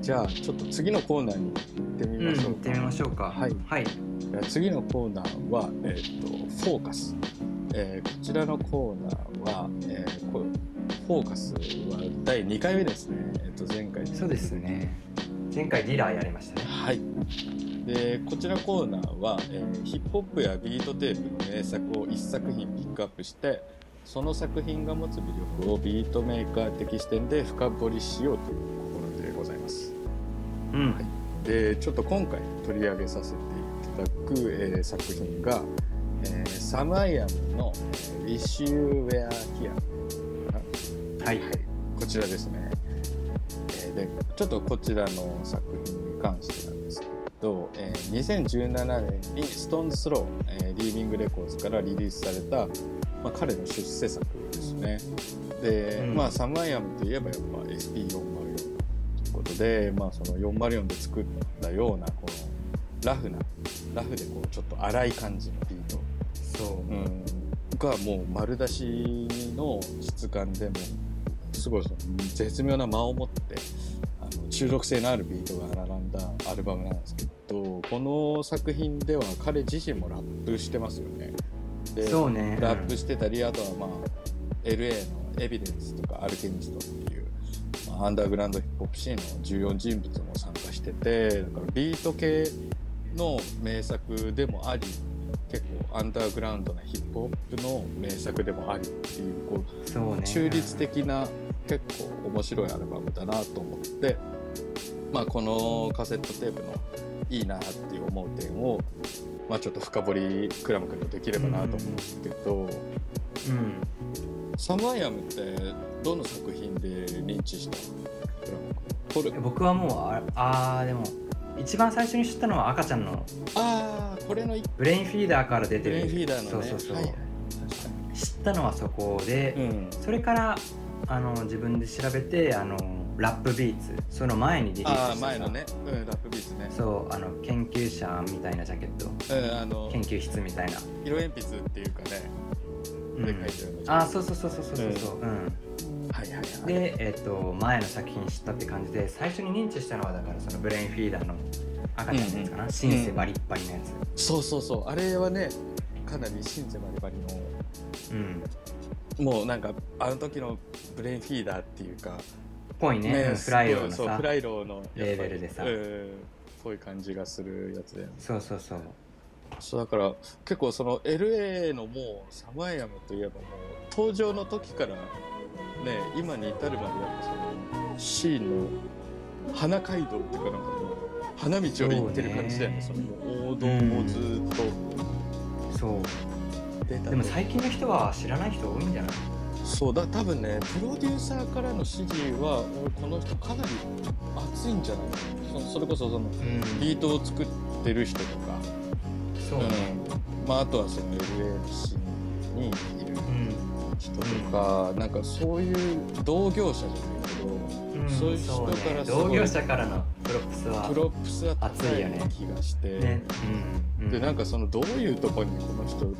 いじゃあ、ちょっと次のコーナーに行ってみうん、ましょ行うってか。みましょうか。はいはい。えー次のコーナーは、えー、とフォーカス、えーこちらのコーナーは、えーこフォーカスは第2回目ですね、えー、と前回そうですね。前回ディラーやりましたね。はいでこちらコーナーは、えーヒップホップやビートテープの名作を1作品ピックアップしてその作品が持つ魅力をビートメーカー的視点で深掘りしようという試みでございますうん。はいでちょっと今回取り上げさせていただく、えー作品が、えーサム・アイアムの「ウィッシュ・ウェア・ヒア」はい。こちらですね、えーでちょっとこちらの作品に関してなんですけど、えー2017年に STONES スロー、えーリービングレコーズからリリースされた、まあ、彼の出世作ですねで、うんまあサムアイアムといえばやっぱ SP404 ということで、まあ、その404で作ったようなこのラフなラフでこうちょっと荒い感じのビートそう。うんがもう丸出しの質感でもすごいその絶妙な間を持ってあの中毒性のあるビートが並んだアルバムなんですけどこの作品では彼自身もラップしてますよね。でそうね。ラップしてたりあとはまあ LA のエビデンスとかアルケミストっていう、まあアンダーグラウンドヒップホップシーンの重要人物も参加しててだからビート系の名作でもあり結構アンダーグラウンドなヒップホップの名作でもありっていうこうんそううね。中立的な結構面白いアルバムだなと思って、まあ、このカセットテープのいいなっていう思う点を、まあ、ちょっと深掘りクラム君とできればなと思うんですけど。うん。サムアイアムってどの作品で認知したこれ僕はもうああーでも一番最初に知ったのは赤ちゃんのああこれの一ブレインフィーダーから出ブてるレインフィーダーのねそうそうそう、はい知ったのはそこで、んそれからあの自分で調べてあのラップビーツその前にリリースしあたあさ前のね、うん、ラップビーツねそうあの研究者みたいなジャケットうんあの研究室みたいな、色鉛筆っていうかね、うんで書いてるのあーそうそうそうそうそうそうそう、うんはいはいはいで、えっと前の作品知ったって感じで最初に認知したのはだからそのブレインフィーダーの赤ちゃんのやつかな、シンセバリッバリのやそうそうそうあれはねかなりシンセバリバリのつうんもうなんかあの時のブレインフィーダーっていうかぽいねうんすフごいライローのそうさフライローのやっぱりレーベルでさうんそういう感じがするやつだよねそうそうそうそうだから結構その LA のもうサマイアムといえばもう登場の時からね今に至るまでやっぱそのシーンの花街道っていうかなんかもう花道を行ってる感じだよねそそうのねもう王道をずーっそうと出たでも最近の人は知らない人多いんじゃないそうだ多分ねプロデューサーからの指示は俺この人かなり熱いんじゃないそそれこそそのうんビートを作ってる人とか、そうねうんまあ、あとはその LA のシーンにいるうん人とか、なんかそういう同業者じゃないうんそういう人ねからすごい同業者からのプロップスけどはプロップスだったような気がして、ねうんでなんかかそのどういうところにこの人の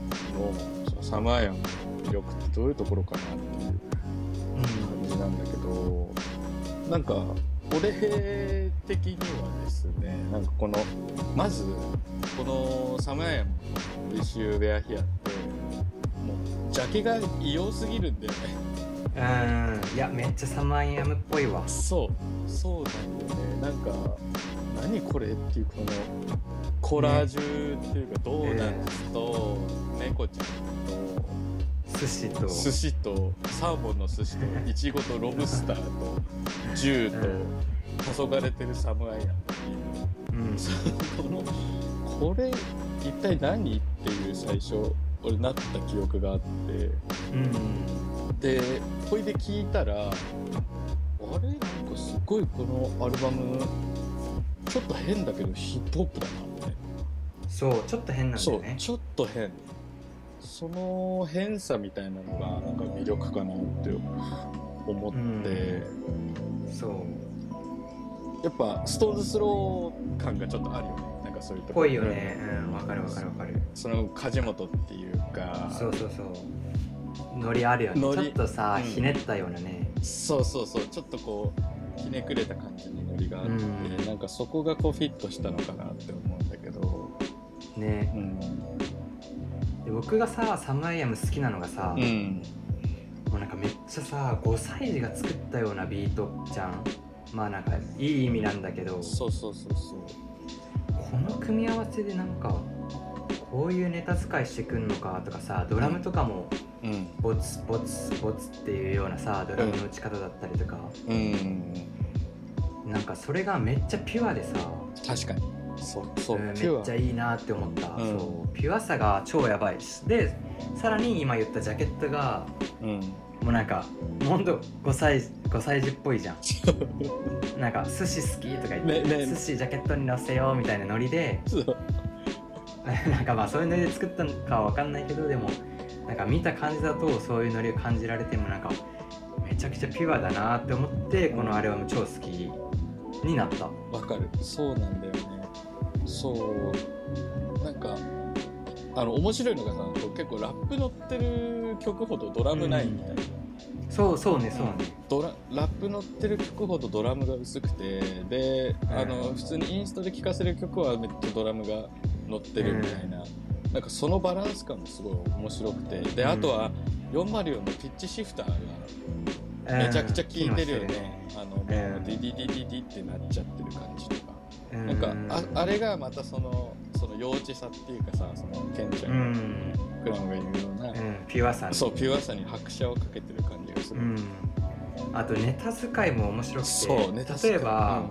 そのサマーヤンの魅力ってどういうところかなっていう感じなんだけどなんか俺的にはですねなんかこのまずこのサマーヤンの「ウィッシュ・ウェア・ヒア」ってもうジャケが異様すぎるんだよね。うん、いやめっちゃサマーイアムっぽいわそうそうなんだよねなんか何これっていうこのコラージュっていうか、ドーナツと猫ちゃんと寿司と寿司とサーモンの寿司とイチゴとロブスターと銃とうん黄昏てる侍やんっていううんそのこれ一体何っていう最初俺なった記憶があって。うんでこれで聞いたらあれなんかすごいこのアルバムちょっと変だけどヒップホップだなってそうちょっと変なんだそようねちょっと変その変さみたいなのがなんか魅力かなって思って、そうやっぱストーンズスロー感がちょっとあるよねなんかそういうとこぽいよねうんわかるわかるわかるその梶本っていうかそうそうそうノリあるよねちノょリっとさ、うんひねったようなねそうそうそうちょっとこうひねくれた感じのノリがあって、うんなんかそこがこうフィットしたのかなって思うんだけどねうん、で僕がさサムアイアム好きなのがさ、うん、もうなんかめっちゃさ5歳児が作ったようなビートじゃんまあなんかいい意味なんだけどそうそうそうそうこの組み合わせでなんかこういうネタ使いしてくんのかとかさドラムとかもうんボツボツボツっていうようなさドラムの打ち方だったりとか、うんなんかそれがめっちゃピュアでさ確かにそうそう、うんめピュっアちゃいいなって思った、うんそうピュアさが超やばいしでさらに今言ったジャケットがうんもうなんかほんと5歳5歳児っぽいじゃん (laughs) なんか寿司好きとか言っねて、ね寿司ジャケットに乗せようみたいなノリで (laughs) そうなんかまあそういうノリで作ったのかは分かんないけどでもなんか見た感じだとそういうノリを感じられてもなんかめちゃくちゃピュアだなって思ってこのアルバム超好きになったわかるそうなんだよねそうなんかあの面白いのがさこう結構ラップ乗ってる曲ほどドラムないみたいな、そうそうねそうねドララップ乗ってる曲ほどドラムが薄くてであの普通にインストで聴かせる曲はめっちゃドラムが乗ってるみたいな、なんかそのバランス感もすごい面白くてでうんあとは404のピッチシフターがめちゃくちゃ効いてるよね、あのもうデうィんディディディディってなっちゃってる感じとか。うんなんかああれがまたそのその幼稚さっていうかさそのケンちゃうんがん、クラムが言うような、うん、ピュアさねそうピュアさに拍車をかけてる感じがすうる、ん、あとネタ使いも面白くてそうネタ使い例えば、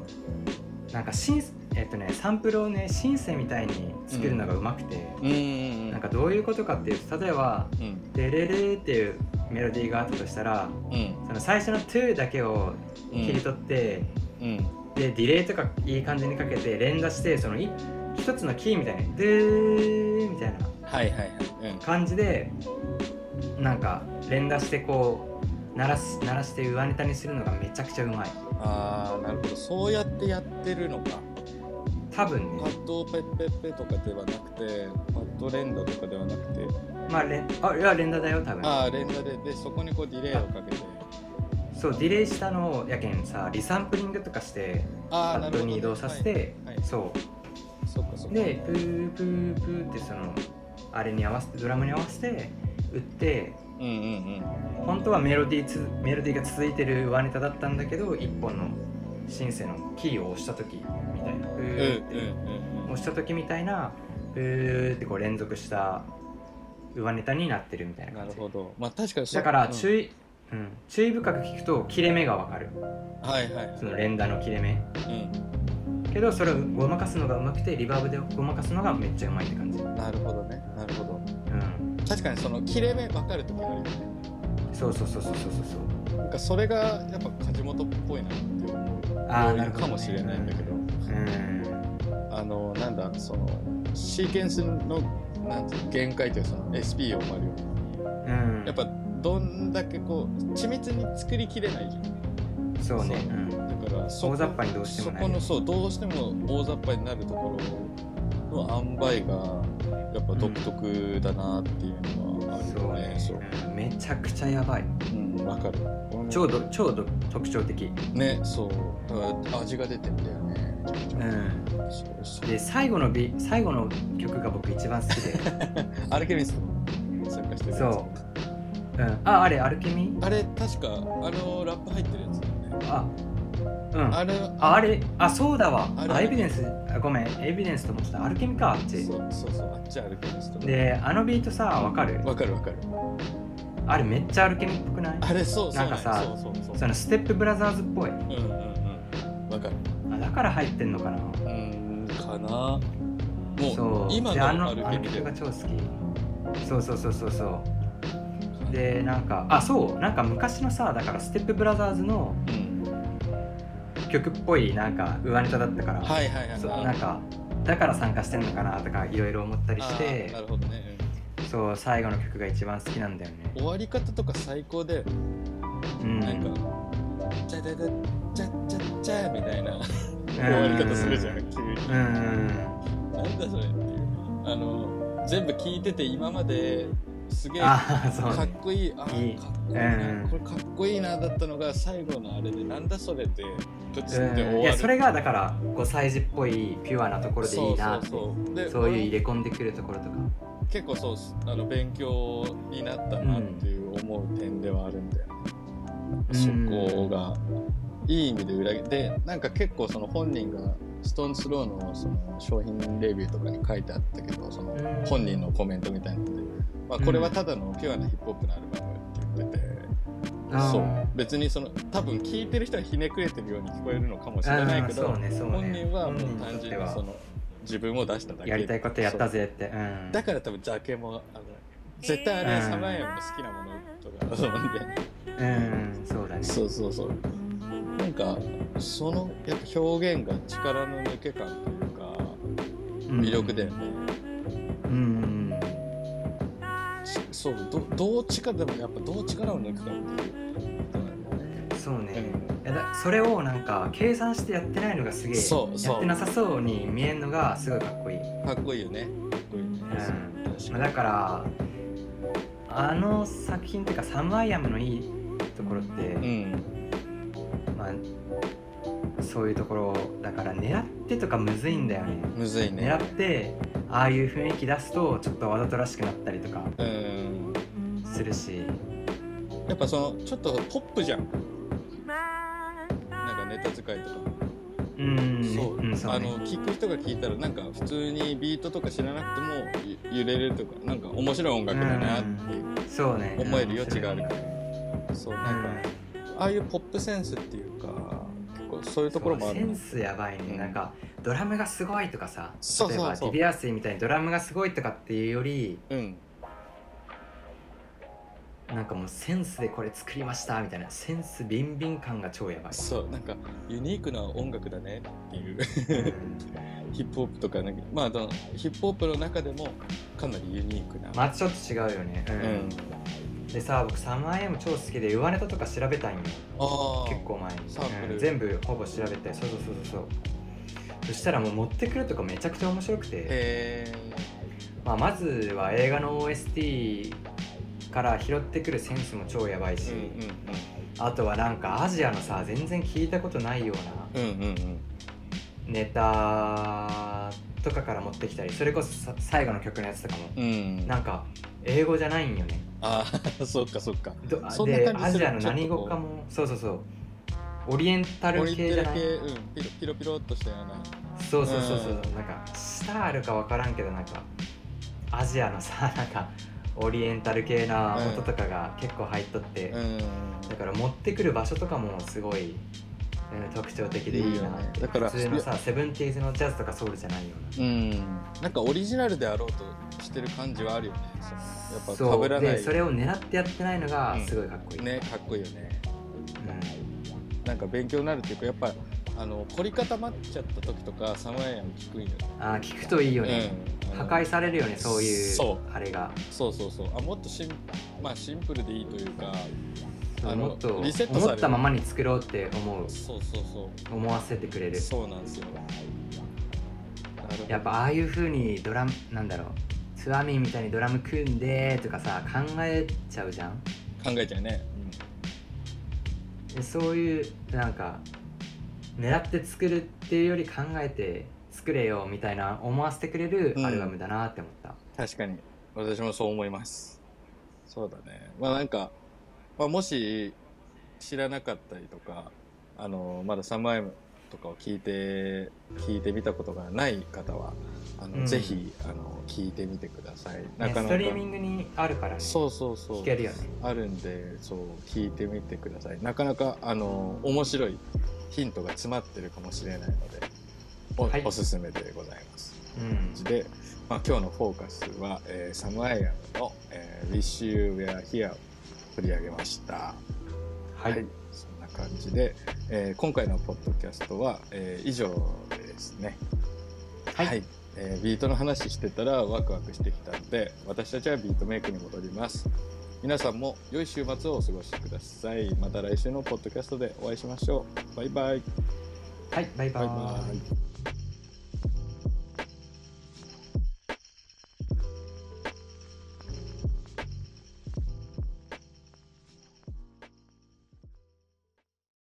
なんかシンスえっとね、サンプルをねシンセみたいに作るのがうまくて、うんうんうんなんかどういうことかっていうと例えばうん「デレレ」っていうメロディーがあったとしたらうんその最初の「2」だけをうん切り取って、うんでディレイとかいい感じにかけて連打してそのい一つのキーみたいな「ドゥー」みたいなはいはいはいうん感じでなんか連打してこう鳴らす鳴らして上ネタにするのがめちゃくちゃうまいああなるほどそうやってやってるのか多分パねッドをペッペッペとかではなくてパッド連打とかではなくてまあ連あいや連打だよ多分ああ連打ででそこにこうディレイをかけてそうディレイしたのをやけんさリサンプリングとかしてあパあなッるほドどねに移動させて、はいはいそそっかそっうかでプープープーってそのあれに合わせてドラムに合わせて打ってうんうん本当はメロディーつメロディーが続いてる上ネタだったんだけど一本のシンセのキーを押した時みたいなプうんうんうーって、んうん押した時みたいなプーってこう連続した上ネタになってるみたいなな感るじほどまあ確かにそだからうん注意、うん注意深く聞くと切れ目がわかるはいはいはいその連打の切れ目うけどそれをごまかすのがうまくてリバーブでごまかすのがめっちゃうまいって感じうんんなるほどねなるほど確かにその切れ目分かる時があるよねそうそうそうそうそうそうそうなんかそれがやっぱ梶本っぽいなって思うあー要な因るほどねかもしれないんだけどうんあのなんだそのシーケンスのなんていうの限界というかその SP を埋まるようにうんやっぱどんだけこう緻密に作りきれないじゃんそうねそううんだからそこ大雑把にどうしてもそなこいのそうどうしても大雑把になるところの塩梅がやっぱ独特だなっていうのはあるそようねねそううんめちゃくちゃやばいうんわかる俺も超ど超ど特徴的ねそうだから味が出てんだよねめちゃくちうんゃそうそうで最後のビ最後の曲が僕一番好きでアルケミスト参加してるやつそうんああれアルケミあれ確かあのラップ入ってるやつだよねあうんあれああれあそうだわああれエビデンスあごめんエビデンスと思ってたアルケミかあっちそうそうそうあっちアルケミストだであのビートさわかるわかるわかるあれめっちゃアルケミっぽくないあれそうそうなんかさそうそうそうそのステップブラザーズっぽいうんうんうんわかるあだから入ってんのかなうーんかなもそうう今であののアあルのケミで曲が超好きそうそうそうそうそうでなんかあそうなんか昔のさだからステップブラザーズのうん曲っぽいなんか上ネタだったから、はいはいはいそうあなんかだから参加してんのかなとかいろいろ思ったりしあーてなるほどねそう最後の曲が一番好きなんだよねうん、終わり方とか最高でうん、なんか「チャチャチャチャチャチャ」みたいな終わり方するじゃん急にうんうんなんだそれっていうあの全部聞いてて今まですげえかああそうっねこいいあーいいかっこいいなうんこれかっこいいなだったのが最後のあれでなんだそれでプツって終わうんるいやそれがだから5歳児っぽいピュアなところでいいなってそうそうそうでそういう入れ込んでくるところとか結構そうっすあの勉強になったなっていう思う点ではあるんだよね、そこがいい意味で裏切ってなんか結構その本人がストーンスローのその商品レビューとかに書いてあったけどそのうん本人のコメントみたいなので、まあ、これはただのピュアなヒップホップのアルバムって言ってて、あーそう別にその多分聞いてる人はひねくれてるように聞こえるのかもしれないけど、あーそうねそうね本人はもう本人単にとっ純にてはその自分を出しただけやりたいことやったぜってうそうんだから多分ジャケもあの絶対あれうんサマーヤンの好きなものとかだと思うんでうんそうだねそうそうそうなんかそのやっぱ表現が力の抜け感というかうん魅力だよね、うんしそうどどう力でもやっぱどう力を抜くかっていうことなんだよねそうねいやだそれをなんか計算してやってないのがすげえそうそうやってなさそうに見えるのがすごいかっこいい、うかっこいいよねかっこいいよねん確まあかだからあの作品っていうかサムアイアムのいいところって、にうんまあ、そういうところだから狙ってとかむずいんだよねむずいね狙ってああいう雰囲気出すとちょっとわざとらしくなったりとかうんするしやっぱそのちょっとポップじゃんなんかネタ使いとかもうんそう,、ん、そうあねの聞く人が聞いたらなんか普通にビートとか知らなくてもゆ揺れるとかなんか面白い音楽だなっていうそうね思える余地があるうんか面らそう白いなんかああいうポップセンスっていうか結構そういうところもあそうるセねンスやばいね、うんなんかドラムがすごいとかさそうそうそう例えばディビアスイみたいにドラムがすごいとかっていうよりうんなんかもうセンスでこれ作りましたみたいなセンスビンビン感が超や (laughs) ばい、そうなんかユニークな音楽だねっていう (laughs) うんヒップホップとかなんかまあそのヒップホップの中でもかなりユニークな、またちょっと違うよねうん、うんでさ僕サマーエム超好きで言われたとか調べたいんよああ結構前にサンプルうん全部ほぼ調べてそうそうそうそうそうそしたらもう持ってくるとかめちゃくちゃ面白くて、へまあ、まずは映画の OST から拾ってくるセンスも超やばいえし、うあとはなんかアジアのさ全然聞いたことないようなんうんうんうんうんネタとかから持ってきたりそれこそさ最後の曲のやつとかもうんうんなんか英語じゃないんよねああ (laughs) そっかそっかどそんなで感じアするジアの何語かもそうそうそうオリエンタオルリ系テじルゃない系うんピロピロピロっとしたようなそうそうそうそううなんか舌あるか分からんけどなんかアジアのさなんかオリエンタル系な音とかが結構入っとって、うんだから持ってくる場所とかもすごい、うん特徴的でいいなっていいよねだから普通のさセブンティーズのジャズとかソウルじゃないよううんなんかオリジナルであろうとしてる感じはあるよねそのやなっぱ被らないそうでそれを狙ってやってないのがうんすごいかっこいい、ねかっこいいよねうんなんか勉強になるっていうかやっぱあの凝り固まっちゃった時とかサムエアも聞くんよ、あー聞くといいよね、うん破壊されるよねそういうそあれがそうそうそうあもっとシン,、まあ、シンプルでいいというかあのもっとリセットされる思ったままに作ろうって思うそうそうそ思わせてくれうるそうなんですよなるほどやっぱああいう風にドラムなんだろうツアミンみたいにドラム組んでとかさ考えちゃうじゃん考えちゃうね、でそういうなんか狙って作るっていうより考えて作れよみたいな思わせてくれるうんアルバムだなって思った、確かに私もそう思いますそうだねまあなんか、まあ、もし知らなかったりとかあのまだサムアイムとかを聞いて聞いてみたことがない方はあの、うんぜひあの聞いてみてくださいなねかなストかリーミングにあるからねそうそうそ聴うけるよねあるんでそう聞いてみてくださいなかなかあの面白いヒントが詰まってるかもしれないのでお,、はいおすすめでございますうんで、まあ、今日のフォーカスは、えーサムアイアムの「えー Wish You Were Here」を取り上げました。はい、そんな感じで、えー今回のポッドキャストは、えー以上ですね。はいえービートの話してたらワクワクしてきたので私たちはビートメイクに戻ります皆さんも良い週末をお過ごしくださいまた来週のポッドキャストでお会いしましょうバイバイはい、バイババイイバイ